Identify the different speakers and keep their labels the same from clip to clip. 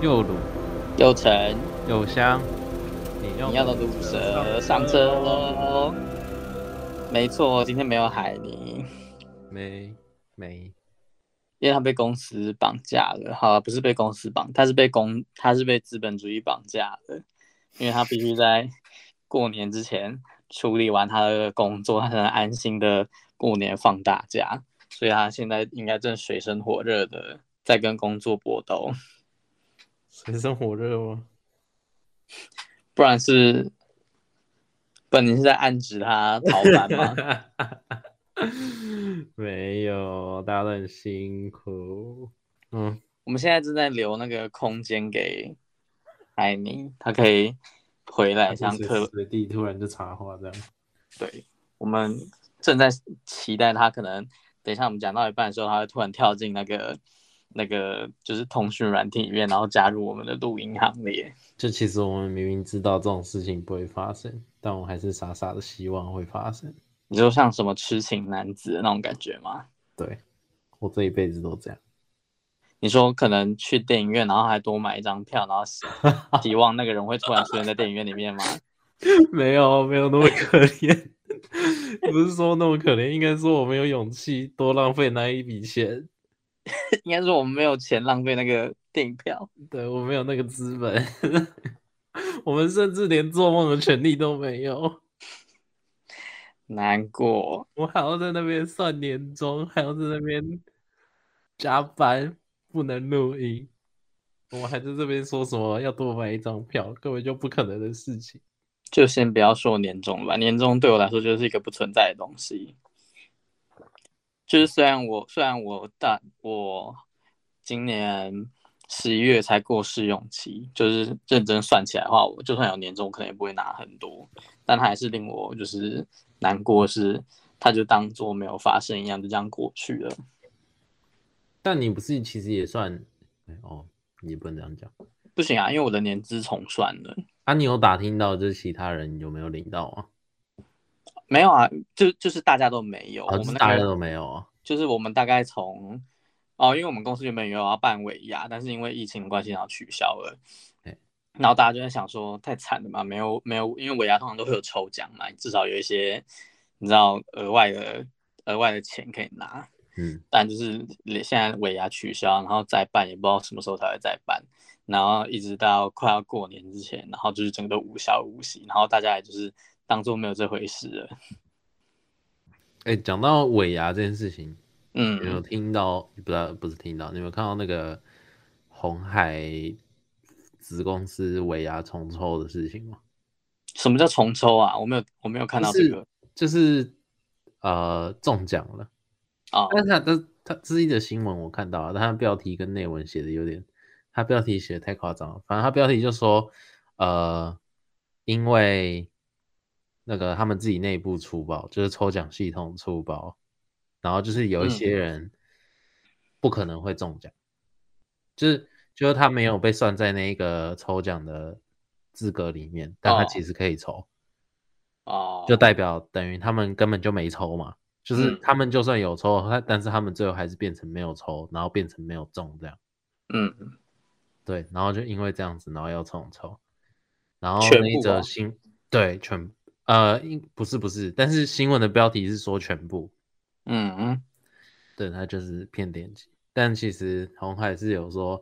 Speaker 1: 右鲁、
Speaker 2: 右城，
Speaker 1: 右香，你用
Speaker 2: 你要的毒蛇上车喽！没错，今天没有海尼，
Speaker 1: 没没
Speaker 2: 因为他被公司绑架了。好了，不是被公司绑，他是被公，他是被资本主义绑架的，因为他必须在过年之前处理完他的工作，他才能安心的过年放大假。所以他现在应该正水深火热的在跟工作搏斗，
Speaker 1: 水深火热吗？
Speaker 2: 不然是，不然你是在暗指他逃犯吗？
Speaker 1: 没有，大家都很辛苦。嗯，
Speaker 2: 我们现在正在留那个空间给海尼，他可以回来像
Speaker 1: 随时
Speaker 2: 特
Speaker 1: 随地突然就插话这样。
Speaker 2: 对，我们正在期待他可能等一下我们讲到一半的时候，他会突然跳进那个那个就是通讯软体里面，然后加入我们的录音行列。
Speaker 1: 就其实我们明明知道这种事情不会发生，但我还是傻傻的希望会发生。
Speaker 2: 你就像什么痴情男子的那种感觉吗？
Speaker 1: 对我这一辈子都这样。
Speaker 2: 你说可能去电影院，然后还多买一张票，然后希希望那个人会突然出现在电影院里面吗？
Speaker 1: 没有，没有那么可怜， 不是说那么可怜，应该说我没有勇气多浪费那一笔钱。
Speaker 2: 应该是我们没有钱浪费那个电影票。
Speaker 1: 对我没有那个资本， 我们甚至连做梦的权利都没有。
Speaker 2: 难过，
Speaker 1: 我还要在那边算年终，还要在那边加班，不能录音。我还在这边说什么要多买一张票，根本就不可能的事情。
Speaker 2: 就先不要说年终吧，年终对我来说就是一个不存在的东西。就是虽然我虽然我但我今年十一月才过试用期，就是认真算起来的话，我就算有年终，可能也不会拿很多，但它还是令我就是难过是，它就当做没有发生一样，就这样过去了。
Speaker 1: 但你不是其实也算，哎哦，你不能这样讲。
Speaker 2: 不行啊，因为我的年资重算了。
Speaker 1: 啊，你有打听到就是其他人有没有领到啊？
Speaker 2: 没有啊，就就是大家都没有，
Speaker 1: 啊，
Speaker 2: 我
Speaker 1: 就
Speaker 2: 们
Speaker 1: 是
Speaker 2: 那
Speaker 1: 大
Speaker 2: 个
Speaker 1: 家都没有啊。
Speaker 2: 就是我们大概从哦，因为我们公司原本也有要办尾牙，但是因为疫情的关系，然后取消了
Speaker 1: 对。
Speaker 2: 然后大家就在想说，太惨了嘛，没有没有，因为尾牙通常都会有抽奖嘛，至少有一些你知道额外的额外的钱可以拿。
Speaker 1: 嗯，
Speaker 2: 但就是连现在尾牙取消，然后再办也不知道什么时候才会再办，然后一直到快要过年之前，然后就是整个都无消无息，然后大家也就是当做没有这回事了。
Speaker 1: 哎、讲到尾牙这件事情，你有没有
Speaker 2: 嗯，
Speaker 1: 听到？不知道，不是听到，你有没有看到那个红海子公司尾牙重抽的事情吗？
Speaker 2: 什么叫重抽啊？我没有我没有看到这
Speaker 1: 是
Speaker 2: 个
Speaker 1: 就是呃中奖了，
Speaker 2: 啊。
Speaker 1: 但是他他他这是一则新闻我看到啊了，但他标题跟内文写的有点，他标题写的太夸张了，反正他标题就说呃因为那个他们自己内部出包，就是抽奖系统出包，然后就是有一些人不可能会中奖，就是就是他没有被算在那个抽奖的资格里面，但他
Speaker 2: 哦
Speaker 1: 其实可以抽。
Speaker 2: 哦，
Speaker 1: 就代表等于他们根本就没抽嘛，就是
Speaker 2: 嗯
Speaker 1: 他们就算有抽，他但是他们最后还是变成没有抽，然后变成没有中这样，
Speaker 2: 嗯，
Speaker 1: 对，然后就因为这样子，然后要重抽，然后
Speaker 2: 全
Speaker 1: 那一
Speaker 2: 部
Speaker 1: 则
Speaker 2: 吗
Speaker 1: 新对全呃应不是不是，但是新闻的标题是说全部，
Speaker 2: 嗯嗯，
Speaker 1: 对，他就是骗点击，但其实红海是有说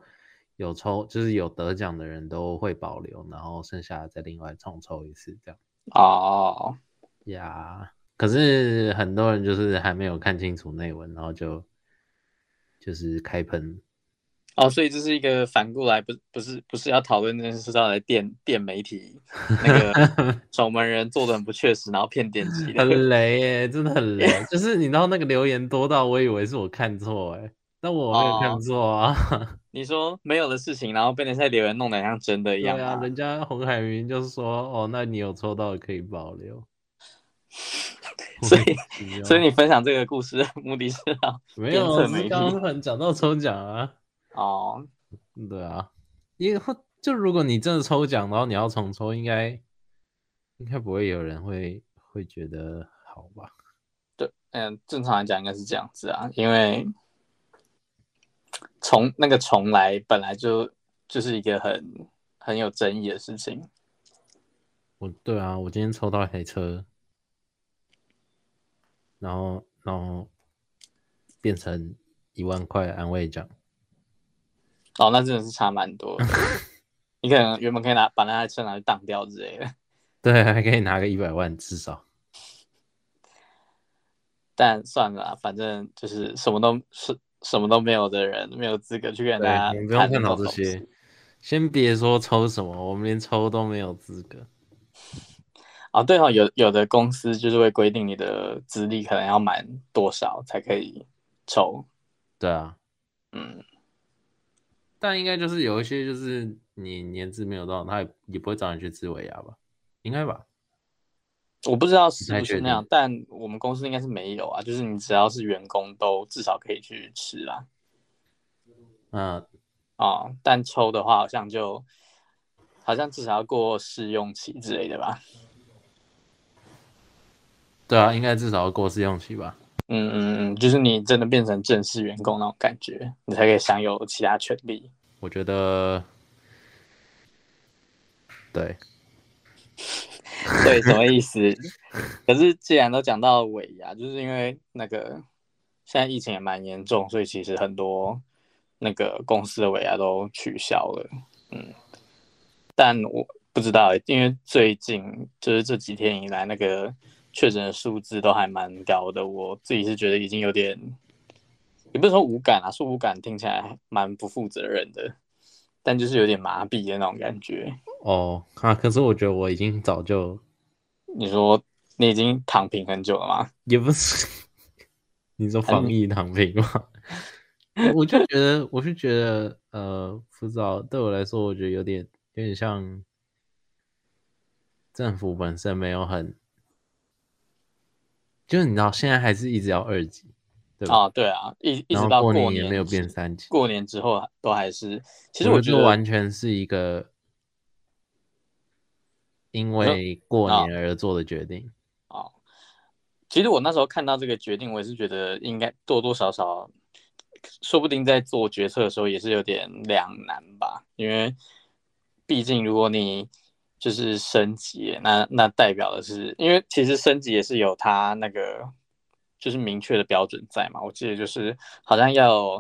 Speaker 1: 有抽，就是有得奖的人都会保留，然后剩下的再另外重抽一次这样。
Speaker 2: 哦，
Speaker 1: 呀，可是很多人就是还没有看清楚内文，然后就就是开喷。
Speaker 2: 哦，所以这是一个反过来，不是不是不是要讨论这件事，是要来电电媒 体那个守门人做的很不确实，然后骗电击的。
Speaker 1: 很雷耶、真的很雷。就是你知道那个留言多到我以为是我看错哎、但我没有
Speaker 2: 哦
Speaker 1: 看错啊。
Speaker 2: 你说没有的事情，然后被人家留言弄得像真的一
Speaker 1: 对
Speaker 2: 样
Speaker 1: 啊，
Speaker 2: 吗？
Speaker 1: 人家红海云就说哦，那你有抽到的可以保留。
Speaker 2: 所以
Speaker 1: 你知道
Speaker 2: 所以你分享这个故事的目的是要
Speaker 1: 没有，
Speaker 2: 鞭策
Speaker 1: 只
Speaker 2: 媒
Speaker 1: 是
Speaker 2: 体
Speaker 1: 刚刚突然讲到抽奖啊。
Speaker 2: 哦，
Speaker 1: 对啊，因为就如果你真的抽奖，然后你要重抽，应该应该不会有人会会觉得好吧？
Speaker 2: 对，嗯，正常来讲应该是这样子啊，因为重那个重来本来就就是一个很很有争议的事情。
Speaker 1: 我对啊，我今天抽到一台车，然后然后变成一万块安慰奖，
Speaker 2: 哦，那真的是差蛮多 的。你可能原本可以拿把那台车拿去当掉之类的，
Speaker 1: 对，还可以拿个一百万至少。
Speaker 2: 但算了啦，啊反正就是什么都是什么都没有的人，没有资格去跟
Speaker 1: 对，
Speaker 2: 大家
Speaker 1: 我们不用
Speaker 2: 谈
Speaker 1: 探讨
Speaker 2: 啊
Speaker 1: 这
Speaker 2: 种东
Speaker 1: 些
Speaker 2: 西。，
Speaker 1: 先别说抽什么，我们连抽都没有资格。
Speaker 2: 哦，对哦，有有的公司就是会规定你的资历可能要满多少才可以抽，
Speaker 1: 对啊，
Speaker 2: 嗯，
Speaker 1: 但应该就是有一些就是你年资没有到，他也也不会找你去治尾牙吧？应该吧？
Speaker 2: 我不知道是
Speaker 1: 不太
Speaker 2: 不
Speaker 1: 确
Speaker 2: 是
Speaker 1: 定
Speaker 2: 那样，但我们公司应该是没有啊，就是你只要是员工都至少可以去吃啦，
Speaker 1: 嗯，
Speaker 2: 啊、但抽的话好像就好像至少要过试用期之类的吧，
Speaker 1: 对啊，应该至少要过试用期吧？
Speaker 2: 嗯嗯嗯，就是你真的变成正式员工那种感觉，你才可以享有其他权利。
Speaker 1: 我觉得，对，
Speaker 2: 对，什么意思？可是既然都讲到尾牙，就是因为那个现在疫情也蛮严重，所以其实很多那个公司的尾牙都取消了。嗯，但我不知道欸，因为最近就是这几天以来，那个确诊的数字都还蛮高的，我自己是觉得已经有点，也不是说无感啊，说无感听起来蛮不负责任的，但就是有点麻痹的那种感觉。
Speaker 1: 哦，啊，可是我觉得我已经早就
Speaker 2: 你说你已经躺平很久了吗？
Speaker 1: 也不是，你说防疫躺平吗？我就觉得，我是觉得，呃，不知道，对我来说，我觉得有点有点像政府本身没有很，就是你知道，现在还是一直要二级，对吧？
Speaker 2: 啊，对啊，一一
Speaker 1: 然
Speaker 2: 直
Speaker 1: 后
Speaker 2: 到
Speaker 1: 过
Speaker 2: 年
Speaker 1: 年也没有变
Speaker 2: 之
Speaker 1: 三级
Speaker 2: 过年之后都还是，其实
Speaker 1: 我
Speaker 2: 我
Speaker 1: 觉
Speaker 2: 觉
Speaker 1: 得
Speaker 2: 得
Speaker 1: 完全是一个因为过
Speaker 2: 啊
Speaker 1: 年而做的决定。
Speaker 2: 啊，其实我那时候看到这个决定，我也是觉得应该多多少少，说不定在做决策的时候也是有点两难吧，因为毕竟如果你就是升级，那那代表的是，因为其实升级也是有它那个就是明确的标准在嘛，我记得就是好像要有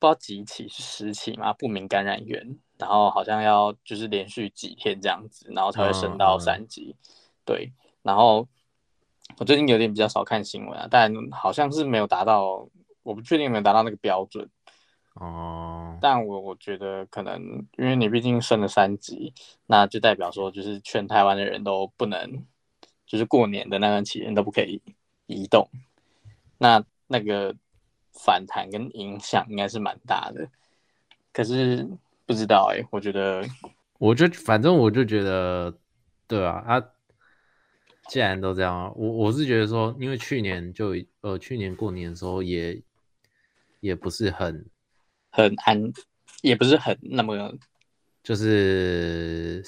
Speaker 2: 不知道几起是十起嘛，不明感染源，然后好像要就是连续几天这样子，然后才会升到
Speaker 1: 嗯嗯
Speaker 2: 三级，对，然后我最近有点比较少看新闻啊，但好像是没有达到，我不确定有没有达到那个标准，
Speaker 1: 哦，
Speaker 2: 但我我觉得可能因为你毕竟升了三级，那就代表说就是全台湾的人都不能，就是过年的那段期间都不可以移动，那那个反弹跟影响应该是蛮大的，可是不知道哎、我觉得
Speaker 1: 我就反正我就觉得，对啊，啊，既然都这样啊，我我是觉得说，因为去年就已呃去年过年的时候也也不是很
Speaker 2: 很安，也不是很那么
Speaker 1: 就是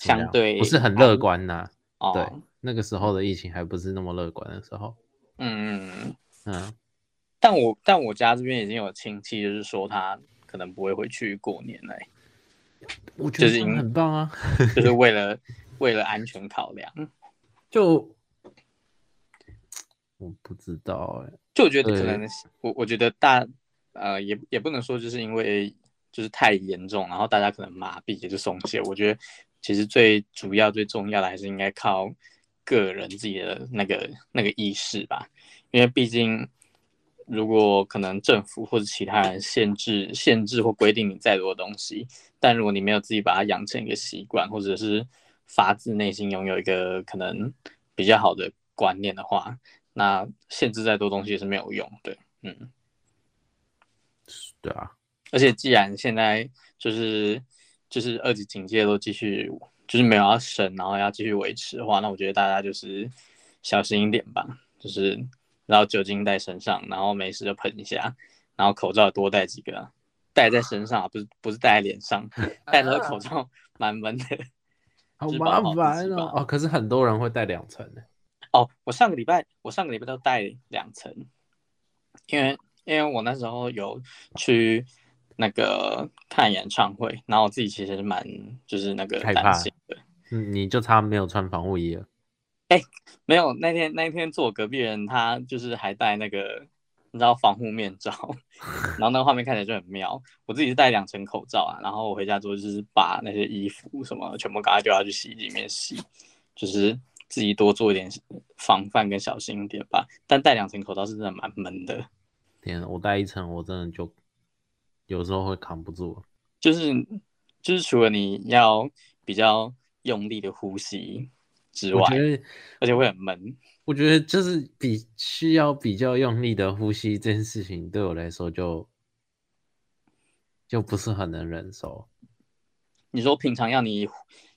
Speaker 1: 怎么
Speaker 2: 相
Speaker 1: 讲
Speaker 2: 对
Speaker 1: 不是很
Speaker 2: 安
Speaker 1: 乐观呐、
Speaker 2: 哦，
Speaker 1: 对，那个时候的疫情还不是那么乐观的时候，
Speaker 2: 嗯。嗯嗯
Speaker 1: 嗯，
Speaker 2: 但我但我家这边已经有亲戚，就是说他可能不会回去过年了欸、
Speaker 1: 我觉得
Speaker 2: 就是
Speaker 1: 这样
Speaker 2: 因
Speaker 1: 很棒啊，
Speaker 2: 就是为了 为了安全考量。
Speaker 1: 就我不知道哎、
Speaker 2: 就我觉得可
Speaker 1: 对
Speaker 2: 能我我觉得大呃也也不能说就是因为就是太严重，然后大家可能麻痹也就松懈。我觉得其实最主要最重要的还是应该靠个人自己的那个那个意识吧，因为毕竟如果可能政府或者其他人限制限制或规定你再多的东西，但如果你没有自己把它养成一个习惯，或者是发自内心拥有一个可能比较好的观念的话，那限制再多东西也是没有用的，嗯。
Speaker 1: 对啊，
Speaker 2: 而且既然现在就是就是二级警戒都继续，就是没有要升，然后要继续维持的话，那我觉得大家就是小心一点吧，就是然后酒精带身上，然后没事就喷一下，然后口罩多戴几个啊，戴在身上啊不是不是戴在脸上，戴着口罩蛮闷的。
Speaker 1: 好
Speaker 2: 自
Speaker 1: 麻
Speaker 2: 保好自
Speaker 1: 烦
Speaker 2: 己
Speaker 1: 哦
Speaker 2: 吧，
Speaker 1: 哦，可是很多人会戴两层的，
Speaker 2: 哦，我上个礼拜我上个礼拜都戴两层，因为因为我那时候有去那个看演唱会，然后我自己其实蛮就是那个
Speaker 1: 害怕
Speaker 2: 担心的。
Speaker 1: 嗯你就差没有穿防护衣了。
Speaker 2: 没有那天那天坐我隔壁人，他就是还戴那个你知道防护面罩， 然后那个画面看起来就很妙。我自己是戴两层口罩啊，然后我回家之后就是把那些衣服什么全部赶快丢下去洗衣机里面洗，就是自己多做一点防范跟小心一点吧。但戴两层口罩是真的蛮闷的。
Speaker 1: 天啊，我戴一层，我真的就有时候会扛不住了。
Speaker 2: 就是就是除了你要比较用力的呼吸之外
Speaker 1: 我，觉得，
Speaker 2: 而且会很闷。
Speaker 1: 我觉得就是比需要比较用力的呼吸这件事情，对我来说就就不是很能忍受。
Speaker 2: 你说平常要你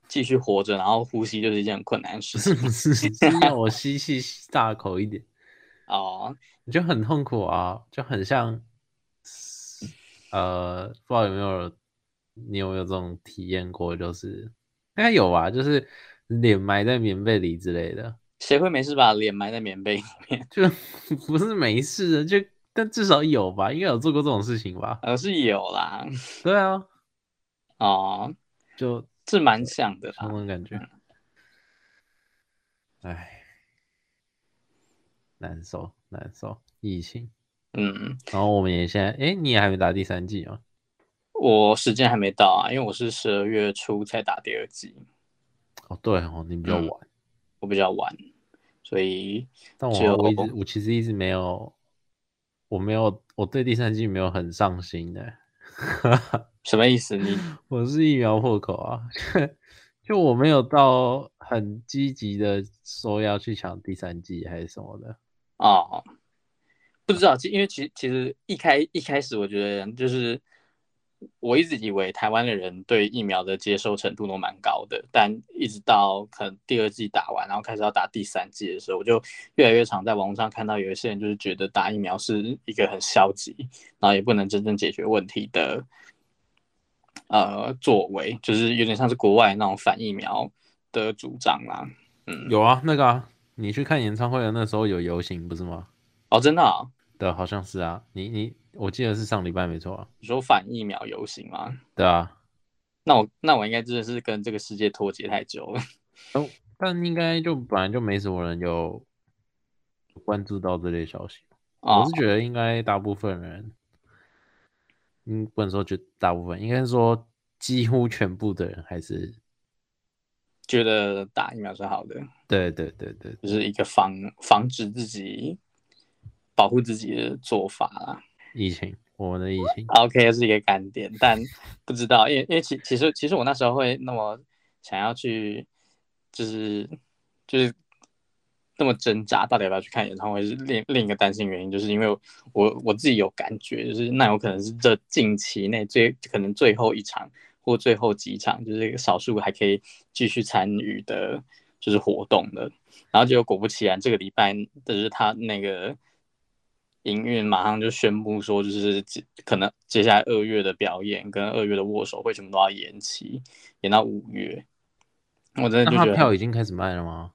Speaker 2: 继续活着，然后呼吸就是一件很困难的事
Speaker 1: 不是
Speaker 2: 情
Speaker 1: 不是，是要我吸气吸大口一点，
Speaker 2: 哦。
Speaker 1: 你就很痛苦啊，就很像，呃，不知道有没有你有没有这种体验过，就是应该有吧，就是脸埋在棉被里之类的，
Speaker 2: 谁会没事把脸埋在棉被里面？
Speaker 1: 就 不是没事的，就但至少有吧，应该有做过这种事情吧？
Speaker 2: 而呃是有啦，
Speaker 1: 对啊，
Speaker 2: 哦，
Speaker 1: 就
Speaker 2: 这蛮像的
Speaker 1: 那
Speaker 2: 啦。
Speaker 1: 种感觉。唉，难受难受，疫情。
Speaker 2: 嗯，
Speaker 1: 然后我们也现在，哎，你也还没打第三季哦吗？
Speaker 2: 我时间还没到啊，因为我是十二月初才打第二季，
Speaker 1: 哦，对哦，你比较
Speaker 2: 嗯
Speaker 1: 晚。
Speaker 2: 我比较晚，所以
Speaker 1: 但
Speaker 2: 只有
Speaker 1: 我我一直我其实一直没有，我没有我对第三季没有很上心的，
Speaker 2: 什么意思？你
Speaker 1: 我是疫苗破口啊， 就我没有到很积极的说要去抢第三季还是什么的。
Speaker 2: 哦，不知道，其因为其其实一开一开始，我觉得就是我一直以为台湾的人对疫苗的接受程度都蛮高的，但一直到可能第二季打完，然后开始要打第三季的时候，我就越来越常在网络上看到有一些人就是觉得打疫苗是一个很消极，然后也不能真正解决问题的呃作为，就是有点像是国外那种反疫苗的主张啦。嗯，
Speaker 1: 有啊，那个啊，你去看演唱会的那时候有游行不是吗？
Speaker 2: 哦，真的啊、
Speaker 1: 对，好像是啊，你你我记得是上礼拜没错啊。
Speaker 2: 你说反疫苗游行吗？
Speaker 1: 对啊，
Speaker 2: 那我那我应该真的是跟这个世界脱节太久了。
Speaker 1: 但应该就本来就没什么人有关注到这类消息。
Speaker 2: 哦
Speaker 1: 我是觉得应该大部分人，嗯，不能说绝大部分，应该说几乎全部的人还是
Speaker 2: 觉得打疫苗是好的，
Speaker 1: 对对对对，
Speaker 2: 就是一个防防止自己保护自己的做法啦。
Speaker 1: 疫情，我们的疫情，
Speaker 2: OK 是一个干点，但不知道，因为因为其其实其实我那时候会那么想要去，就是就是那么挣扎，到底要不要去看演唱会是另另一个担心原因，就是因为我我自己有感觉，就是那有可能是这近期内最可能最后一场或最后几场，就是少数还可以继续参与的，就是活动的。然后结果果不其然，这个礼拜就是他那个营运马上就宣布说，就是接可能接下来二月的表演跟二月的握手会全部都要延期，延到五月。我真的
Speaker 1: 那
Speaker 2: 就
Speaker 1: 他
Speaker 2: 觉得
Speaker 1: 票已经开始卖了吗？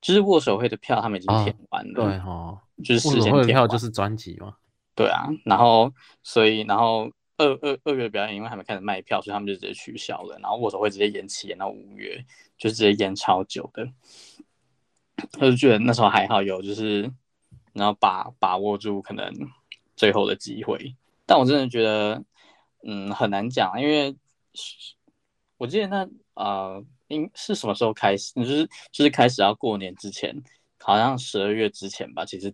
Speaker 2: 就是握手会的票他们已经
Speaker 1: 啊
Speaker 2: 填完了，
Speaker 1: 对哈，
Speaker 2: 就是
Speaker 1: 握
Speaker 2: 事
Speaker 1: 手
Speaker 2: 先
Speaker 1: 会的
Speaker 2: 填
Speaker 1: 票
Speaker 2: 完
Speaker 1: 就是专辑嘛，
Speaker 2: 对啊，然后所以然后二二二月的表演因为还没开始卖票，所以他们就直接取消了，然后握手会直接延期延到五月，就直接延超久的。我就觉得那时候还好有就是，然后把把握住可能最后的机会，但我真的觉得嗯很难讲，因为我记得那呃应是什么时候开始，就是就是开始要过年之前，好像十二月之前吧，其实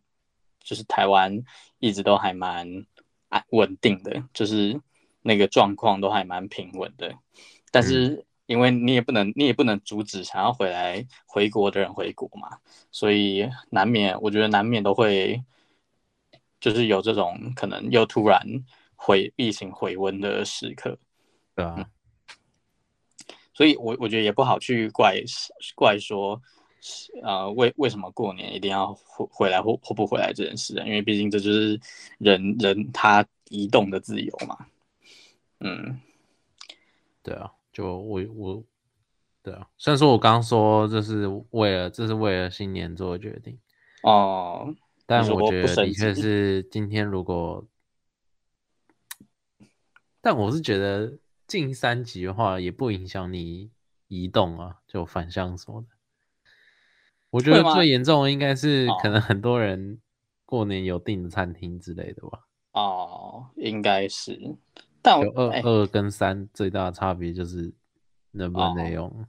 Speaker 2: 就是台湾一直都还蛮安稳定的，就是那个状况都还蛮平稳的。但是因为你也不能，你也不能阻止想要回来回国的人回国嘛，所以难免我觉得难免都会就是有这种可能又突然回疫情回温的时刻。
Speaker 1: 对啊，
Speaker 2: 所以我我觉得也不好去怪怪说，呃，为为什么过年一定要回回来或或不回来这件事啊？因为毕竟这就是人人他移动的自由嘛。嗯，
Speaker 1: 对啊，就我我，对啊，虽然说我刚刚说这是为了这是为了新年做的决定，
Speaker 2: 哦、
Speaker 1: 但
Speaker 2: 说
Speaker 1: 我
Speaker 2: 不
Speaker 1: 觉得
Speaker 2: 升
Speaker 1: 的确
Speaker 2: 级
Speaker 1: 是今天如果但我是觉得近三级的话，也不影响你移动啊，就反向什么的。我觉得
Speaker 2: 会吗
Speaker 1: 最严重的应该是
Speaker 2: 哦
Speaker 1: 可能很多人过年有订餐厅之类的吧。
Speaker 2: 哦，应该是，但
Speaker 1: 有
Speaker 2: 我
Speaker 1: 二
Speaker 2: 哎、
Speaker 1: 二跟三最大的差别就是能不能内
Speaker 2: 哦
Speaker 1: 用。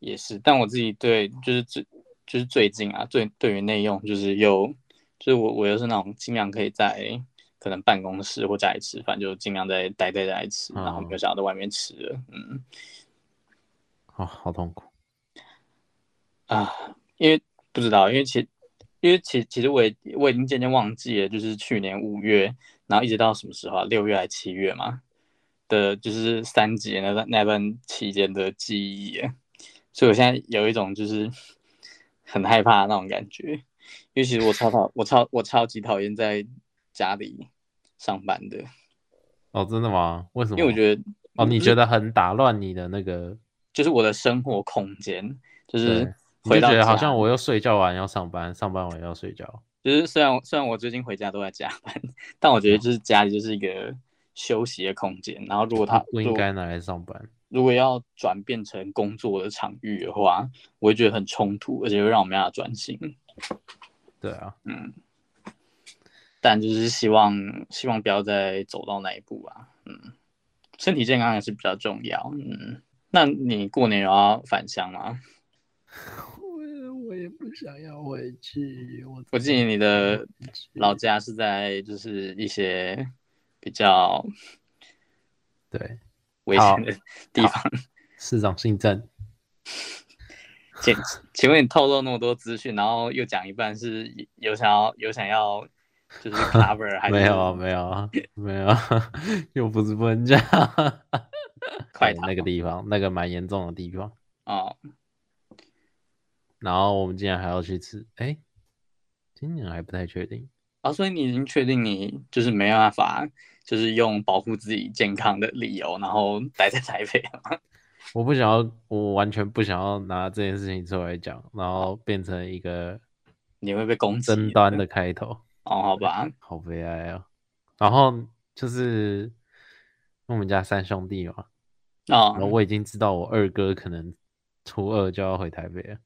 Speaker 2: 也是，但我自己对就是最就是最近啊，最对于内用就是又就是我我又是那种尽量可以在可能办公室或家里吃饭，就尽量在待在家里吃，然后没
Speaker 1: 嗯
Speaker 2: 有想要在外面吃了，嗯
Speaker 1: 哦，好痛苦。
Speaker 2: 啊，因为不知道，因为其因为其其实我也我已经渐渐忘记了，就是去年五月，然后一直到什么时候啊，六月还七月嘛的，就是三级那段那段期间的记忆耶，所以我现在有一种就是很害怕的那种感觉，因为其实我超讨我超我超级讨厌在家里上班的，
Speaker 1: 哦，真的吗？为什么？
Speaker 2: 因为我觉得
Speaker 1: 哦，你
Speaker 2: 不是
Speaker 1: 觉得很打乱你的那个？
Speaker 2: 就是我的生活空间，就
Speaker 1: 对
Speaker 2: 是，
Speaker 1: 你就
Speaker 2: 回到
Speaker 1: 觉得好
Speaker 2: 家
Speaker 1: 像我又睡觉完要上班，上班完要睡觉。
Speaker 2: 就是虽然虽然我最近回家都在加班， 但我觉
Speaker 1: 嗯
Speaker 2: 得就是家里就是一个休息的空间。然后如果他
Speaker 1: 不嗯应该拿来上班。
Speaker 2: 如果要转变成工作的场域的话，我会觉得很冲突，而且会让我没办法专心。
Speaker 1: 对啊，
Speaker 2: 嗯，但就是希望希望不要再走到那一步啊。嗯，身体健康还是比较重要。嗯，那你过年有要返乡吗？
Speaker 1: 我 我也不想要回去。我
Speaker 2: 我记得你的老家是在就是一些比较
Speaker 1: 对
Speaker 2: 危险的地方。
Speaker 1: 市长姓郑，
Speaker 2: 请 请问你透露那么多资讯，然后又讲一半是有想要有想要就是 cover 还是
Speaker 1: 没有啊，没有啊，没有 啊，又不是不能讲。
Speaker 2: 快
Speaker 1: 对
Speaker 2: 逃
Speaker 1: 那个地方，那个蛮严重的地方。
Speaker 2: 哦
Speaker 1: 然后我们竟然还要去吃，哎，今年还不太确定。
Speaker 2: 哦，所以你已经确定你就是没办法，就是用保护自己健康的理由，然后待在台北了吗？
Speaker 1: 我不想要，我完全不想要拿这件事情出来讲，然后变成一个
Speaker 2: 你会被攻击
Speaker 1: 争端的开头，
Speaker 2: 哦，好吧，
Speaker 1: 好悲哀哦。然后就是我们家三兄弟嘛，然后
Speaker 2: 哦
Speaker 1: 我已经知道我二哥可能初二就要回台北了，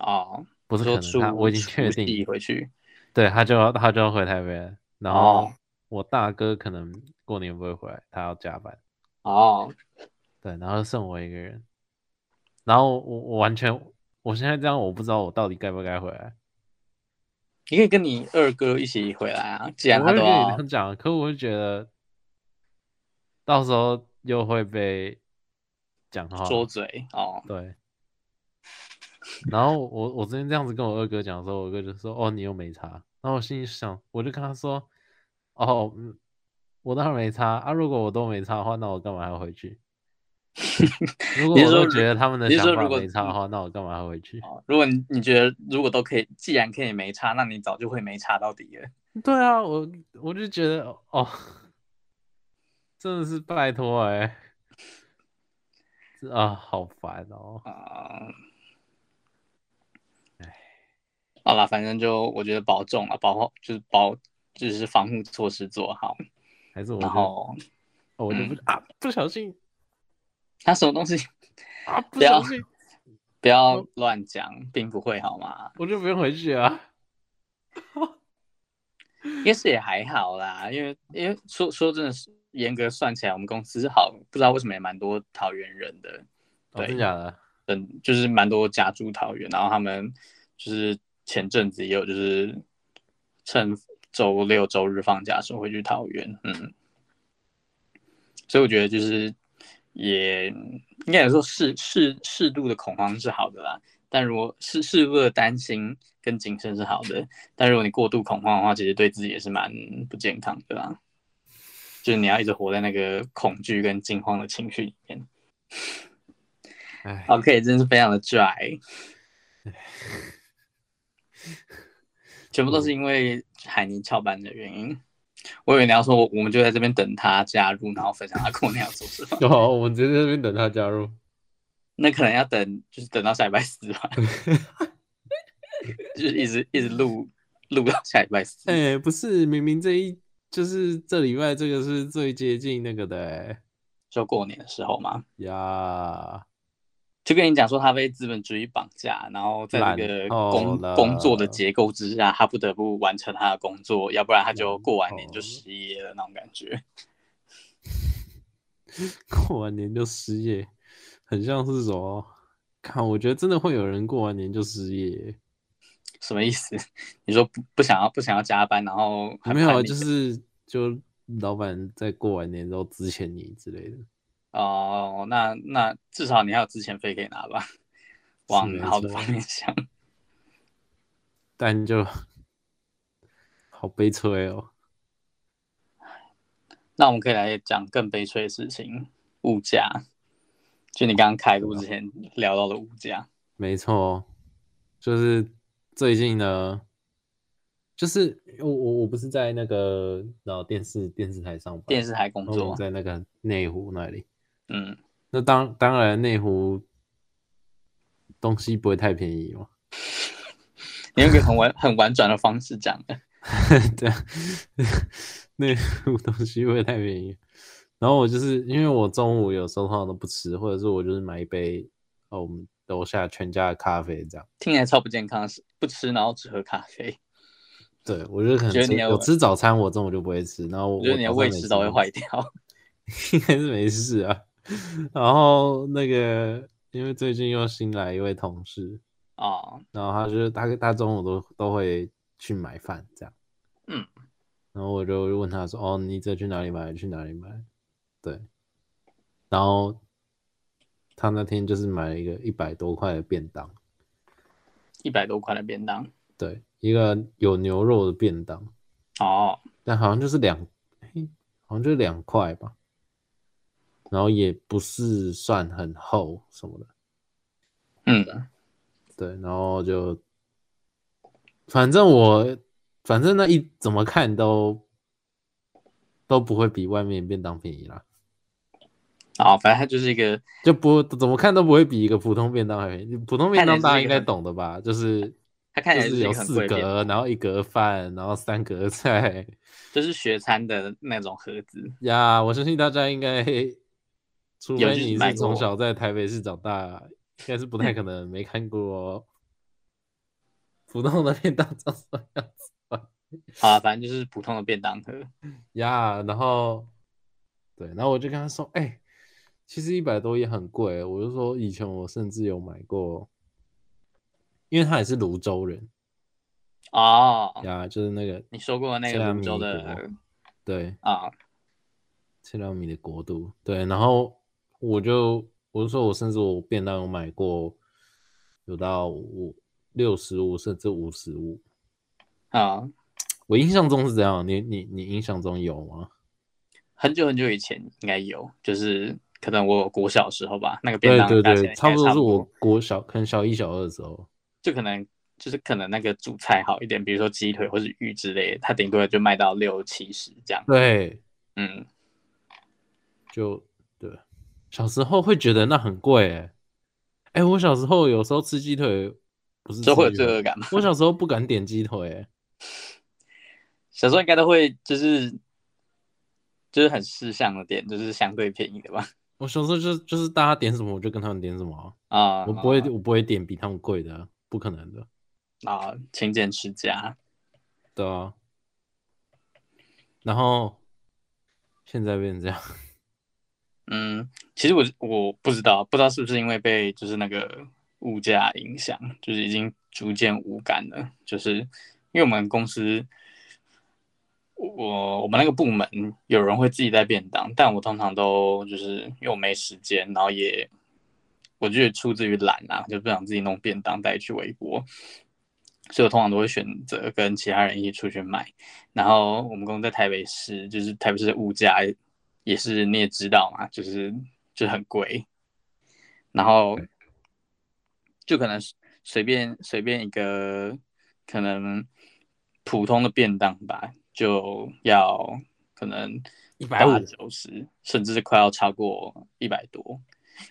Speaker 2: 哦，
Speaker 1: 不是可
Speaker 2: 说
Speaker 1: 能
Speaker 2: 出
Speaker 1: 他，我已经确
Speaker 2: 出戏
Speaker 1: 定，
Speaker 2: 回去
Speaker 1: 对他就要他就要回台北了。然后
Speaker 2: 哦
Speaker 1: 我大哥可能过年不会回来，他要加班。
Speaker 2: 哦，
Speaker 1: 对，然后剩我一个人，然后我我完全，我现在这样，我不知道我到底该不该回来。
Speaker 2: 你可以跟你二哥一起回来啊，既然
Speaker 1: 我
Speaker 2: 他
Speaker 1: 会
Speaker 2: 都
Speaker 1: 跟你这
Speaker 2: 要
Speaker 1: 样讲，可我会觉得，到时候又会被讲话。
Speaker 2: 说嘴哦，
Speaker 1: 对。然后我我之前这样子跟我二哥讲的时候，我哥就说：“哦，你又没差。”然后我心里想，我就跟他说：“哦，嗯我当然没差啊，如果我都没差的话，那我干嘛还要回 去？如果
Speaker 2: 你
Speaker 1: 我
Speaker 2: 是说
Speaker 1: 都
Speaker 2: 如
Speaker 1: 觉得他们的
Speaker 2: 你是
Speaker 1: 想
Speaker 2: 说
Speaker 1: 法
Speaker 2: 如果
Speaker 1: 没差的话，那我干嘛还要回去？
Speaker 2: 哦，如果你你觉得如果都可以，既然可以没差，那你早就会没差到底了。
Speaker 1: 对啊，我我就觉得哦，真的是拜托哎、这啊，好烦哦。
Speaker 2: 啊、好啦，反正就我觉得保重了，保护就是保就是防护措施做好，
Speaker 1: 还是我就
Speaker 2: 然后
Speaker 1: 哦我就
Speaker 2: 嗯
Speaker 1: 不、啊，不小心
Speaker 2: 他什么东西
Speaker 1: 啊，不
Speaker 2: 不要
Speaker 1: 小心，
Speaker 2: 不要乱讲，并不会好吗？
Speaker 1: 我就不用回去啊。
Speaker 2: 也是也还好啦，因为因为说说真的是，严格算起来，我们公司好不知道为什么也蛮多桃园人的，
Speaker 1: 哦，
Speaker 2: 对
Speaker 1: 真假的？
Speaker 2: 嗯，就是蛮多家住桃园，然后他们就是前阵子也有就是趁周六周日放假的时候会去桃园，嗯，所以我觉得就是也应该来说适适适度的恐慌是好的啦，但如果适适度的担心跟谨慎是好的，但如果你过度恐慌的话，其实对自己也是蛮不健康的啦，就是你要一直活在那个恐惧跟惊慌的情绪里面。
Speaker 1: 哎，
Speaker 2: OK，真是非常的 dry，全部都是因为海尼翘班的原因。我以为你要说，我我们就在这边等他加入，然后分享他过年要做什么。
Speaker 1: 有、哦，我们直接在这边等他加入。
Speaker 2: 那可能要等，就是等到下礼拜四吧，就是一直一直录录到下礼拜四。
Speaker 1: 哎、不是，明明这一就是这礼拜这个是最接近那个的欸
Speaker 2: 就过年的时候嘛，
Speaker 1: 呀，
Speaker 2: 就跟你讲说他被资本主义绑架，然后在这个
Speaker 1: 懒透
Speaker 2: 工
Speaker 1: 了
Speaker 2: 工作的结构之下，他不得不完成他的工作，要不然他就过完
Speaker 1: 懒
Speaker 2: 年
Speaker 1: 透
Speaker 2: 就
Speaker 1: 了
Speaker 2: 失业了那种感觉。
Speaker 1: 过完年就失业，很像是什么？看，我觉得真的会有人过完年就失业。
Speaker 2: 什么意思？你说不不想要不想要加班，然后还
Speaker 1: 没有
Speaker 2: 还
Speaker 1: 啊，
Speaker 2: 你
Speaker 1: 就是就老板在过完年之后支遣你之类的。
Speaker 2: 哦，那那至少你还有之前费可以拿吧，往
Speaker 1: 没
Speaker 2: 好的
Speaker 1: 错
Speaker 2: 方面想。
Speaker 1: 但就好悲催哦。
Speaker 2: 那我们可以来讲更悲催的事情，物价。就你刚刚开录之前聊到的物价，
Speaker 1: 没错，哦就是最近呢，就是我我我不是在那个然后电视电视台上班，
Speaker 2: 电视台工
Speaker 1: 然哦后我
Speaker 2: 作，
Speaker 1: 在那个内湖那里。
Speaker 2: 嗯，
Speaker 1: 那当当然内湖东西不会太便宜哦嘛，
Speaker 2: 你用一个很婉很婉转的方式讲的，
Speaker 1: 对啊，内湖东西不会太便宜。然后我就是因为我中午有时候通常都不吃，或者是我就是买一杯哦我们楼下全家的咖啡这样。
Speaker 2: 听起来超不健康，是不吃然后只喝咖啡，
Speaker 1: 对，我觉得可能
Speaker 2: 觉得
Speaker 1: 吃
Speaker 2: 你的
Speaker 1: 我吃早餐，我中午就不会吃，然后我
Speaker 2: 我觉得你
Speaker 1: 早
Speaker 2: 的
Speaker 1: 餐
Speaker 2: 胃
Speaker 1: 没
Speaker 2: 食道会
Speaker 1: 吃
Speaker 2: 坏，掉。
Speaker 1: 应该是没事啊。然后那个，因为最近又新来一位同事，
Speaker 2: 哦，
Speaker 1: 然后他就是他他中午都都会去买饭这样，
Speaker 2: 嗯，
Speaker 1: 然后我就问他说：“哦，你这去哪里买？去哪里买？”对，然后他那天就是买了一个一百多块的便当，
Speaker 2: 一百多块的便当，
Speaker 1: 对，一个有牛肉的便当，
Speaker 2: 哦，
Speaker 1: 但好像就是两，嘿好像就两块吧，然后也不是算很厚什么的，
Speaker 2: 嗯，
Speaker 1: 对，然后就，反正我反正那一怎么看都都不会比外面便当便宜啦，
Speaker 2: 哦，反正它就是一个
Speaker 1: 就不怎么看都不会比一个普通便当还便宜，普通便
Speaker 2: 看
Speaker 1: 当
Speaker 2: 起来
Speaker 1: 大家
Speaker 2: 是一
Speaker 1: 应该
Speaker 2: 个很
Speaker 1: 懂的吧？就是
Speaker 2: 它看
Speaker 1: 就
Speaker 2: 起来
Speaker 1: 是
Speaker 2: 是一
Speaker 1: 有
Speaker 2: 个很
Speaker 1: 四
Speaker 2: 贵的便
Speaker 1: 格，然后一格饭，然后三格菜
Speaker 2: 就是学餐的那种盒子，
Speaker 1: 呀，我相信大家应该，除
Speaker 2: 有
Speaker 1: 非
Speaker 2: 去
Speaker 1: 你
Speaker 2: 买
Speaker 1: 是从
Speaker 2: 过嗯
Speaker 1: 小在台北市长大，应该是不太可能没看过普通的便当长什么样子吧？
Speaker 2: 好啊，反正就是普通的便当盒，
Speaker 1: 呀，然后对，然后我就跟他说，哎、其实一百多也很贵，我就说以前我甚至有买过，因为他也是泸州人
Speaker 2: 哦，
Speaker 1: 呀，就是那个
Speaker 2: 你说过那
Speaker 1: 切拉
Speaker 2: 个泸
Speaker 1: 米
Speaker 2: 州
Speaker 1: 国
Speaker 2: 的
Speaker 1: 对
Speaker 2: 啊，
Speaker 1: 切到米的国度，对，然后我就我就说，我甚至我便当有买过，有到五六十五甚至五十五，
Speaker 2: 啊、
Speaker 1: 我印象中是这样，你你你印象中有吗？
Speaker 2: 很久很久以前应该有，就是可能我国小的时候吧，那个便
Speaker 1: 对
Speaker 2: 当
Speaker 1: 对
Speaker 2: 大小应
Speaker 1: 对，
Speaker 2: 该
Speaker 1: 差
Speaker 2: 差
Speaker 1: 不多是
Speaker 2: 多
Speaker 1: 我国小可能小一小二的时候，
Speaker 2: 就可能就是可能那个主菜好一点，比如说鸡腿或是鱼之类的，它顶多就卖到六七十这样。
Speaker 1: 对，
Speaker 2: 嗯，
Speaker 1: 就对，小时候会觉得那很贵、欸，哎、我小时候有时候吃鸡腿不是
Speaker 2: 就会有
Speaker 1: 吃鸡
Speaker 2: 罪
Speaker 1: 腿，
Speaker 2: 恶感嘛。
Speaker 1: 我小时候不敢点鸡腿、欸，
Speaker 2: 小时候应该都会就是就是很识相的点，就是相对便宜的吧。
Speaker 1: 我小时候就就是大家点什么我就跟他们点什么啊、
Speaker 2: 啊、
Speaker 1: 我不会，我不会点比他们贵的啊，不可能的，
Speaker 2: 啊，勤俭持家。
Speaker 1: 对啊。然后现在变成这样，
Speaker 2: 嗯，其实我我不知道，不知道是不是因为被就是那个物价影响，就是已经逐渐无感了。就是因为我们公司，我我们那个部门有人会自己带便当，但我通常都就是因为我没时间，然后也我觉得出自于懒啊，就不想自己弄便当带去微波，所以我通常都会选择跟其他人一起出去买。然后我们公司在台北市，就是台北市的物价也是你也知道嘛，就是就是很贵，然后就可能随便随便一个可能普通的便当吧，就要可能
Speaker 1: 150
Speaker 2: 九十，甚至是快要超过一百多。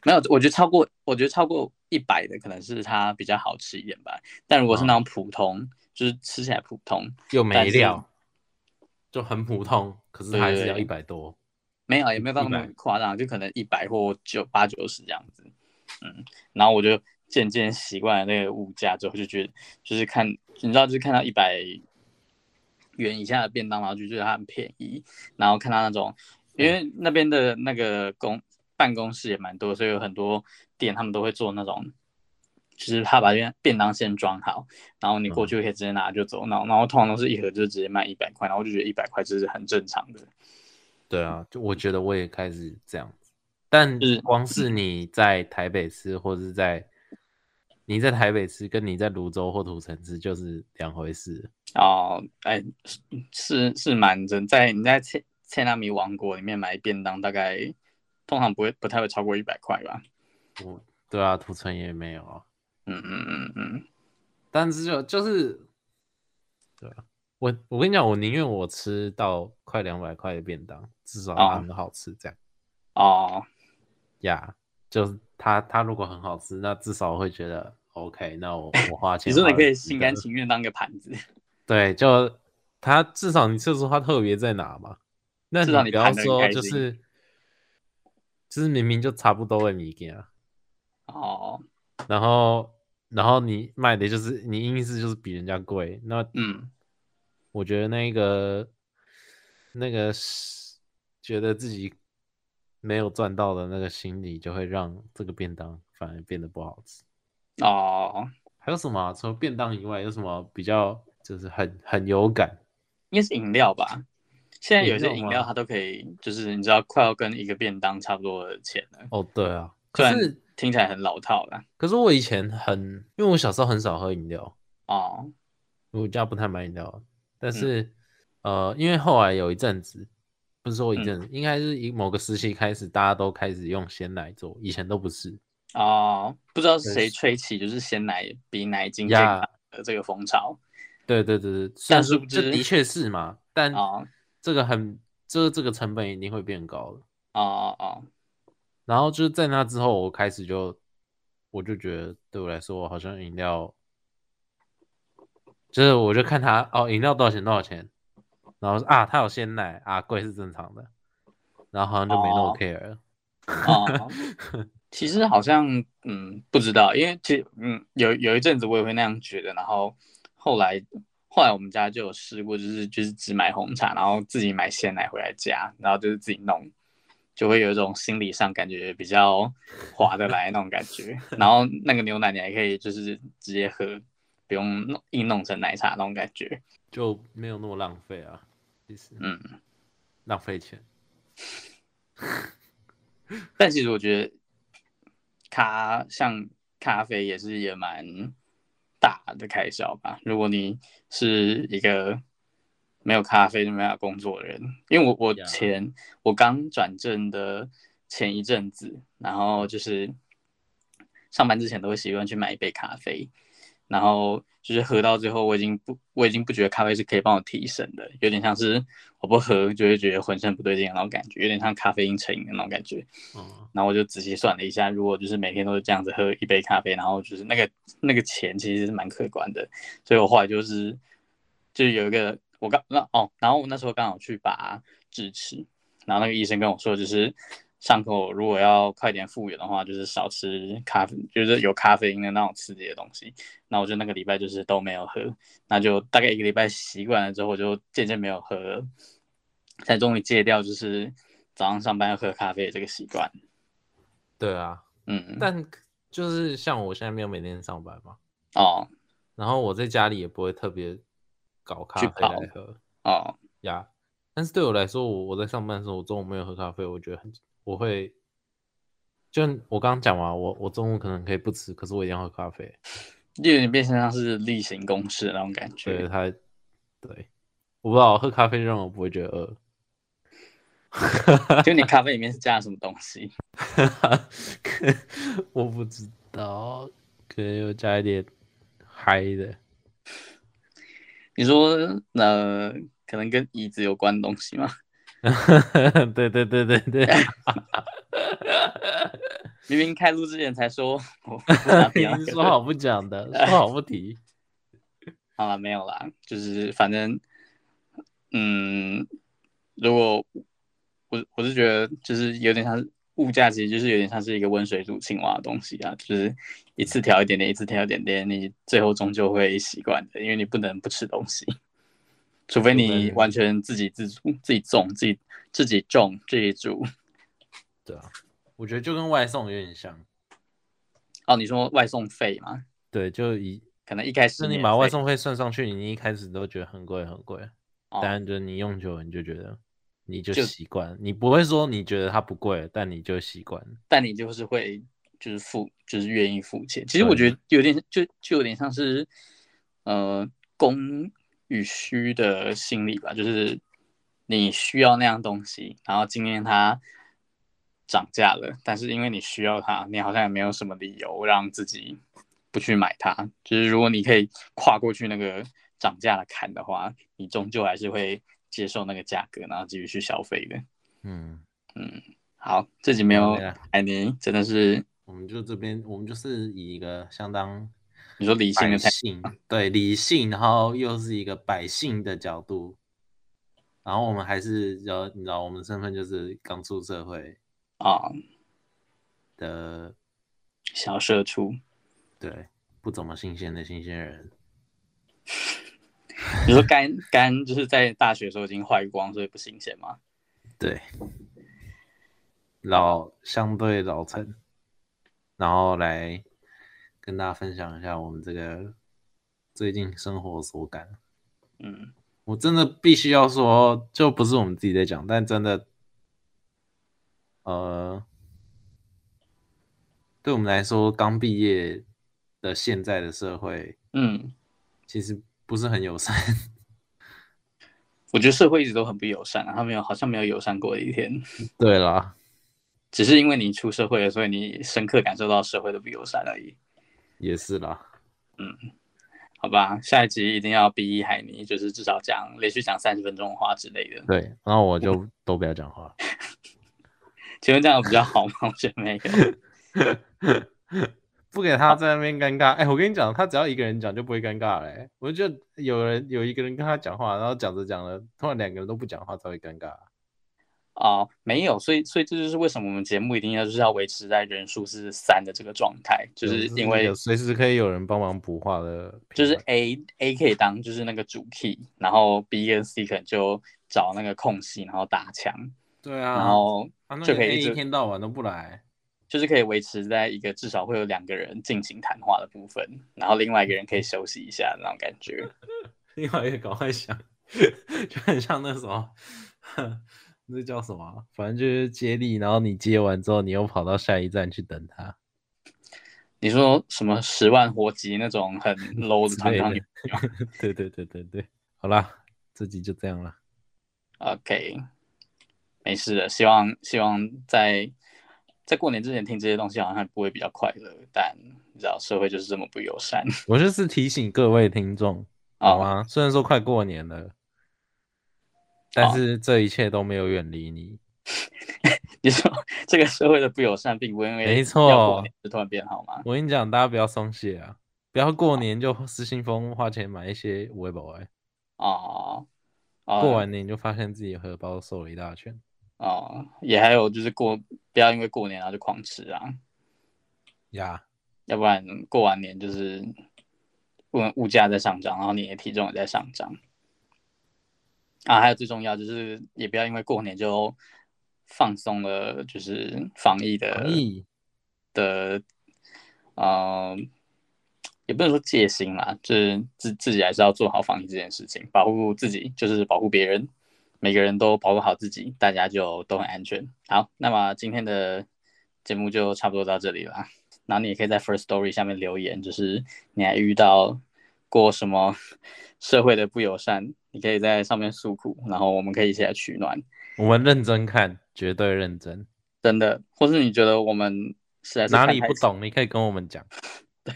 Speaker 2: 没有，我觉得超过，我觉得超过一百的可能是它比较好吃一点吧。但如果是那种普通，就是吃起来普通，
Speaker 1: 又
Speaker 2: 但是，
Speaker 1: 就很普通，可是它还是要
Speaker 2: 对
Speaker 1: 一百多。
Speaker 2: 没有，也没有到那么
Speaker 1: 100
Speaker 2: 夸张，就可能一百或九八九十这样子。嗯，然后我就渐渐习惯了那个物价之后，就觉得就是看，你知道，就是看到一百元以下的便当，然后就觉得它很便宜。然后看到那种，因为那边的那个公办公室也蛮多，所以有很多店他们都会做那种，就是他把便便当先装好，然后你过去可以直接拿就走。然后然后通常都是一盒就直接卖一百块，然后我就觉得一百块就是很正常的。
Speaker 1: 对啊，就我觉得我也开始这样子，但
Speaker 2: 就是
Speaker 1: 光是你在台北吃，或是在你在台北吃，跟你在泸州或土城吃就是两回事。
Speaker 2: 哦，哎，是是是蛮真，在你在切切纳米王国里面买便当，大概通常不会不太会超过一百块吧。
Speaker 1: 对啊，土城也没有啊，
Speaker 2: 嗯嗯嗯嗯，
Speaker 1: 但是就就是，对啊，我我跟你讲，我宁愿我吃到快两百块的便当，至少它
Speaker 2: 哦
Speaker 1: 很好吃，这样
Speaker 2: 哦，
Speaker 1: 呀就是它它如果很好吃，那至少我会觉得 OK，那我我花钱
Speaker 2: 你说
Speaker 1: 花
Speaker 2: 你可
Speaker 1: 得
Speaker 2: 以
Speaker 1: 值
Speaker 2: 心
Speaker 1: 得
Speaker 2: 甘情愿当个盘子，
Speaker 1: 对，就他至少你吃的时候他特别在哪嘛？那
Speaker 2: 至少
Speaker 1: 你
Speaker 2: 你
Speaker 1: 不要
Speaker 2: 盘得很
Speaker 1: 说
Speaker 2: 开
Speaker 1: 就是
Speaker 2: 心
Speaker 1: 就是明明就差不多的米给啊，
Speaker 2: 哦，
Speaker 1: 然后然后你卖的就是你硬是就是比人家贵，那
Speaker 2: 嗯，
Speaker 1: 我觉得那个那个是觉得自己没有赚到的那个心理，就会让这个便当反而变得不好吃。
Speaker 2: 哦，
Speaker 1: 还有什么啊、除了便当以外，有什么比较就是很很有感？
Speaker 2: 应该是饮料吧。现在有些
Speaker 1: 饮料
Speaker 2: 饮
Speaker 1: 吗
Speaker 2: 料它都可以，就是你知道快要跟一个便当差不多的钱了，
Speaker 1: 哦，对啊，可
Speaker 2: 虽然
Speaker 1: 是。
Speaker 2: 听起来很老套啦。
Speaker 1: 可是我以前很，因为我小时候很少喝饮料，
Speaker 2: 哦，
Speaker 1: 我家不太买饮料。啊但是，呃，因为后来有一阵子，不是说一阵子，应该是一某个时期开始，大家都开始用鲜奶做，以前都不是。
Speaker 2: 哦，不知道是
Speaker 1: 对
Speaker 2: 谁吹起，就是鲜奶比奶精健
Speaker 1: 呀
Speaker 2: 康的这个风潮。
Speaker 1: 对对对对，
Speaker 2: 但
Speaker 1: 是
Speaker 2: 殊不
Speaker 1: 这
Speaker 2: 知
Speaker 1: 的确是嘛，但
Speaker 2: 哦
Speaker 1: 这个很，这这个成本一定会变高的。
Speaker 2: 哦哦，
Speaker 1: 然后就是在那之后，我开始就，我就觉得对我来说，我好像饮料，就是我就看它哦，饮料多少钱多少钱，然后说啊，它有鲜奶啊，贵是正常的，然后好像就没那么
Speaker 2: 哦
Speaker 1: care 了。
Speaker 2: 哦， 其实好像嗯不知道，因为其实嗯有有一阵子我也会那样觉得，然后后来后来我们家就有试过，就是就是只买红茶，然后自己买鲜奶回来加，然后就是自己弄，就会有一种心理上感觉比较划得来那种感觉。然后那个牛奶你还可以就是直接喝，不用弄硬弄成奶茶那种感觉。
Speaker 1: 就没有那么浪费啊，其实
Speaker 2: 嗯，
Speaker 1: 浪费钱。
Speaker 2: 但其实我觉得咖像咖啡也是也蛮大的开销吧。如果你是一个没有咖啡就没办法工作的人，因为我我
Speaker 1: Yeah.
Speaker 2: 前我刚转正的前一阵子，然后就是上班之前都会习惯去买一杯咖啡，然后就是喝到最后，我已经不我已经不觉得咖啡是可以帮我提神的，有点像是我不喝就会觉得浑身不对劲的那种感觉，有点像咖啡因成瘾的那种感觉。
Speaker 1: 嗯，
Speaker 2: 然后我就仔细算了一下，如果就是每天都是这样子喝一杯咖啡，然后就是那个那个钱其实是蛮可观的，所以我后来就是就有一个我刚那哦，然后我那时候刚好去拔智齿，然后那个医生跟我说，就是伤口如果要快点复原的话，就是少吃咖啡，就是有咖啡因的那种刺激的东西。那我就那个礼拜就是都没有喝，那就大概一个礼拜习惯了之后，我就渐渐没有喝了，才终于戒掉就是早上上班要喝咖啡的这个习惯。
Speaker 1: 对啊，
Speaker 2: 嗯，
Speaker 1: 但就是像我现在没有每天上班嘛，
Speaker 2: 哦
Speaker 1: 然后我在家里也不会特别搞咖
Speaker 2: 去
Speaker 1: 啡
Speaker 2: 泡
Speaker 1: 来喝。
Speaker 2: 哦
Speaker 1: 呀。但是对我来说，我我在上班的时候，我中午没有喝咖啡，我觉得很我会，就我刚刚讲嘛，我我中午可能可以不吃，可是我一定要喝咖啡。
Speaker 2: 就有点变成像是例行公事的那种感
Speaker 1: 对
Speaker 2: 觉。
Speaker 1: 它，对，我不知道喝咖啡让我不会觉得饿，
Speaker 2: 就你咖啡里面是加了什么东西？
Speaker 1: 我不知道，可能有加一点嗨的，
Speaker 2: 你说呃，可能跟椅子有关的东西吗？
Speaker 1: 对对对对 对，
Speaker 2: 明明开录之前才说我不 想
Speaker 1: 已
Speaker 2: 提到
Speaker 1: 经
Speaker 2: 这个
Speaker 1: 说好不讲的，说好不提。
Speaker 2: 好了，没有啦，就是反正嗯，如果我我是觉得就是有点像是物价，其实就是有点像是一个温水煮青蛙的东西啊，就是一次调一点点，一次调一点点，你最后终究会习惯的，因为你不能不吃东西，除非你完全自给自足，自己种，自己自己种，自己煮。
Speaker 1: 对啊， 我觉得就跟外送有点像，
Speaker 2: 哦，你说外送费嘛，
Speaker 1: 对，就一
Speaker 2: 可能一开始
Speaker 1: 是你
Speaker 2: 免
Speaker 1: 把
Speaker 2: 费
Speaker 1: 外送费算上去，你一开始都觉得很贵很贵，
Speaker 2: 哦
Speaker 1: 但就是你用久了你就觉得你就
Speaker 2: 就
Speaker 1: 习惯，你不会说你觉得它不贵，但你就习惯了。
Speaker 2: 但你就是会就是付，就是愿意付钱。其实
Speaker 1: 对
Speaker 2: 我觉得有点就就有点像是呃供与需的心理吧，就是你需要那样东西，然后今天它涨价了，但是因为你需要它，你好像也没有什么理由让自己不去买它。就是如果你可以跨过去那个涨价的坎的话，你终究还是会接受那个价格，然后继续去消费的。
Speaker 1: 嗯，
Speaker 2: 好，自己没有
Speaker 1: 对啊
Speaker 2: 海尼，真的是
Speaker 1: 我们就这边我们就是以一个相当
Speaker 2: 你说理性
Speaker 1: 百
Speaker 2: 的态
Speaker 1: 姓，对理性，然后又是一个百姓的角度，然后我们还是要你知道，我们身份就是刚出社会
Speaker 2: 啊、
Speaker 1: 的，
Speaker 2: 小社畜。
Speaker 1: 对，不怎么新鲜的新鲜人。
Speaker 2: 你说肝 肝就是在大学的时候已经坏光，所以不新鲜吗？
Speaker 1: 对，老相对老成，然后来跟大家分享一下我们这个最近生活所感。
Speaker 2: 嗯，
Speaker 1: 我真的必须要说，就不是我们自己在讲，但真的，呃，对我们来说，刚毕业的现在的社会，
Speaker 2: 嗯，
Speaker 1: 其实不是很友善。
Speaker 2: 我觉得社会一直都很不友善、啊，他没有好像没有友善过的一天，
Speaker 1: 对啦，
Speaker 2: 只是因为你出社会了，所以你深刻感受到社会的不友善而已。
Speaker 1: 也是啦。
Speaker 2: 好吧，下一集一定要逼海尼，就是至少讲连续讲三十分钟的话之类的。
Speaker 1: 对，然后我 就都不要讲话。
Speaker 2: 请问这样有比较好吗？ 我觉得没有。
Speaker 1: 不给他在那边尴尬。哎、我跟你讲，他只要一个人讲就不会尴尬嘞、我就觉得有人有一个人跟他讲话，然后讲着讲着，突然两个人都不讲话才会尴尬。
Speaker 2: 哦，没有，所以所以这就是为什么我们节目一定要就是要维持在人数是三的这个状态，就是
Speaker 1: 对
Speaker 2: 因为
Speaker 1: 有随时可以有人帮忙补话的平台，
Speaker 2: 就是 A A 可以当就是那个主 key，然后 B 跟 C 可能就找那个空隙，然后打枪，
Speaker 1: 对啊，
Speaker 2: 然后
Speaker 1: 他那
Speaker 2: 就
Speaker 1: 个
Speaker 2: 可以
Speaker 1: A
Speaker 2: 一直
Speaker 1: 一天到晚都不来，
Speaker 2: 就是可以维持在一个至少会有两个人进行谈话的部分，然后另外一个人可以休息一下那种感觉。
Speaker 1: 另外一个赶快想， 就很像那什么， 那叫什么啊？反正就是接力，然后你接完之后，你又跑到下一站去等他。
Speaker 2: 你说什么十万火急那种 很 low 的
Speaker 1: 之
Speaker 2: 团
Speaker 1: 类
Speaker 2: 团
Speaker 1: 的对对对对对，好啦，这集就这样啦。
Speaker 2: OK，没事的，希望希望在在过年之前听这些东西好像不会比较快乐，但你知道社会就是这么不友善。
Speaker 1: 我就是提醒各位听众，
Speaker 2: 哦
Speaker 1: 好吗？虽然说快过年了，但
Speaker 2: 好
Speaker 1: 是这一切都没有远离你。
Speaker 2: 你说这个社会的不友善，并不会因为
Speaker 1: 没错
Speaker 2: 要过年就突然变好吗？
Speaker 1: 我跟你讲，大家不要松懈啊，不要过年就失心疯，花钱买一些微博哎，
Speaker 2: 哦，哦
Speaker 1: 过完年就发现自己荷包瘦了一大圈。
Speaker 2: 哦，也还有就是过，不要因为过年然后就狂吃啊，
Speaker 1: 呀，
Speaker 2: 要不然过完年就是物物价在上涨，然后你的体重也在上涨。啊，还有最重要就是，也不要因为过年就放松了，就是防疫的
Speaker 1: 防疫
Speaker 2: 的，呃，也不能说戒心啦，就是自自己还是要做好防疫这件事情，保护自己就是保护别人，每个人都保护好自己，大家就都很安全。好，那么今天的节目就差不多到这里啦。然后你也可以在 First Story 下面留言，就是你还遇到过什么社会的不友善，你可以在上面诉苦，然后我们可以一起来取暖。
Speaker 1: 我们认真看，绝对认真。
Speaker 2: 真的，或是你觉得我们实在是
Speaker 1: 哪
Speaker 2: 看
Speaker 1: 里
Speaker 2: 太
Speaker 1: 不
Speaker 2: 少
Speaker 1: 懂，你可以跟我们讲。
Speaker 2: 对，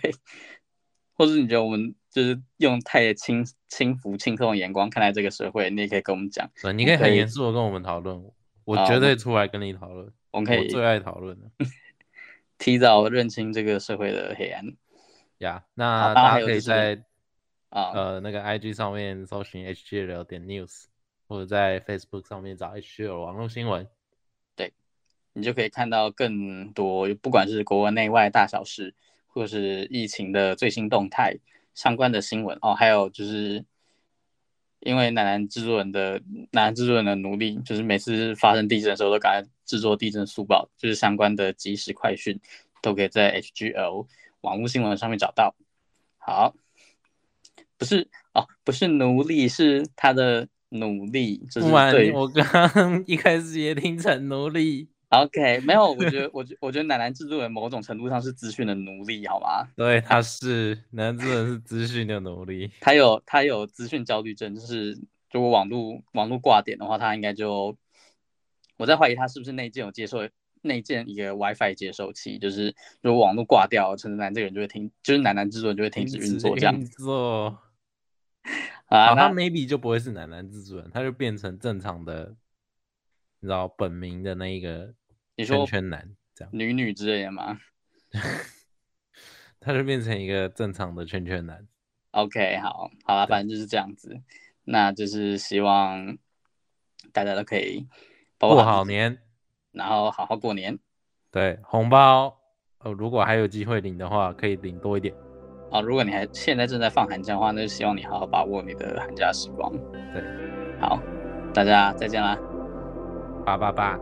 Speaker 2: 或是你觉得我们就是用太轻轻浮轻松的眼光看待这个社会，你也可以跟我们讲，
Speaker 1: 对，呃你可以
Speaker 2: 可
Speaker 1: 很
Speaker 2: 以
Speaker 1: 严肃的跟我们讨论，我
Speaker 2: 好
Speaker 1: 绝对出来跟你讨论。
Speaker 2: 我们可
Speaker 1: 我
Speaker 2: 以
Speaker 1: 最爱讨论了。
Speaker 2: 提早认清这个社会的黑暗
Speaker 1: 呀，那
Speaker 2: 当然
Speaker 1: 大
Speaker 2: 还
Speaker 1: 家
Speaker 2: 有
Speaker 1: 可
Speaker 2: 就
Speaker 1: 以
Speaker 2: 是
Speaker 1: 在
Speaker 2: 啊。
Speaker 1: 呃那个 IG 上面搜寻 HG 聊点 news，或者在 Facebook 上面找 HL 网络新闻。
Speaker 2: 你就可以看到更多，不管是国内外大小事，或是疫情的最新动态相关的新闻哦，还有就是因为奶奶制作人的奶奶制作人的努力，就是每次发生地震的时候都赶快制作地震速报，就是相关的即时快讯都可以在 HGL 网络新闻上面找到。好，不是哦，不是奴隶，是他的努力，就是
Speaker 1: 不然
Speaker 2: 对
Speaker 1: 我刚 一开始也听成奴隶。
Speaker 2: OK，没有，我觉得，我觉我觉得奶奶制作人某种程度上是资讯的奴隶，好吗？
Speaker 1: 对，他是男真的是资讯的奴隶。
Speaker 2: 他有他有资讯焦虑症，就是如果网络网络挂点的话，他应该就，我在怀疑他是不是内建有接受内建一个 WiFi 接收器，就是如果网络挂掉，陈南这个人就会停，就是奶奶制作人就会 停止运作这样
Speaker 1: 运作
Speaker 2: 啊。
Speaker 1: 好，他
Speaker 2: 那
Speaker 1: maybe 就不会是男男制作人，他就变成正常的，你知道本名的那一个
Speaker 2: 你
Speaker 1: 圈
Speaker 2: 说
Speaker 1: 圈男这样，
Speaker 2: 女女之类的吗
Speaker 1: 他就变成一个正常的圈圈男。
Speaker 2: ？OK，好，好啦，反正就是这样子，那就是希望大家都可以保护
Speaker 1: 过
Speaker 2: 好
Speaker 1: 好
Speaker 2: 自己，
Speaker 1: 年，
Speaker 2: 然后好好过年。
Speaker 1: 对红包，呃，如果还有机会领的话，可以领多一点。
Speaker 2: 啊，如果你还现在正在放寒假的话，那就希望你好好把握你的寒假时光。
Speaker 1: 对，
Speaker 2: 好，大家再见啦。
Speaker 1: 八八八。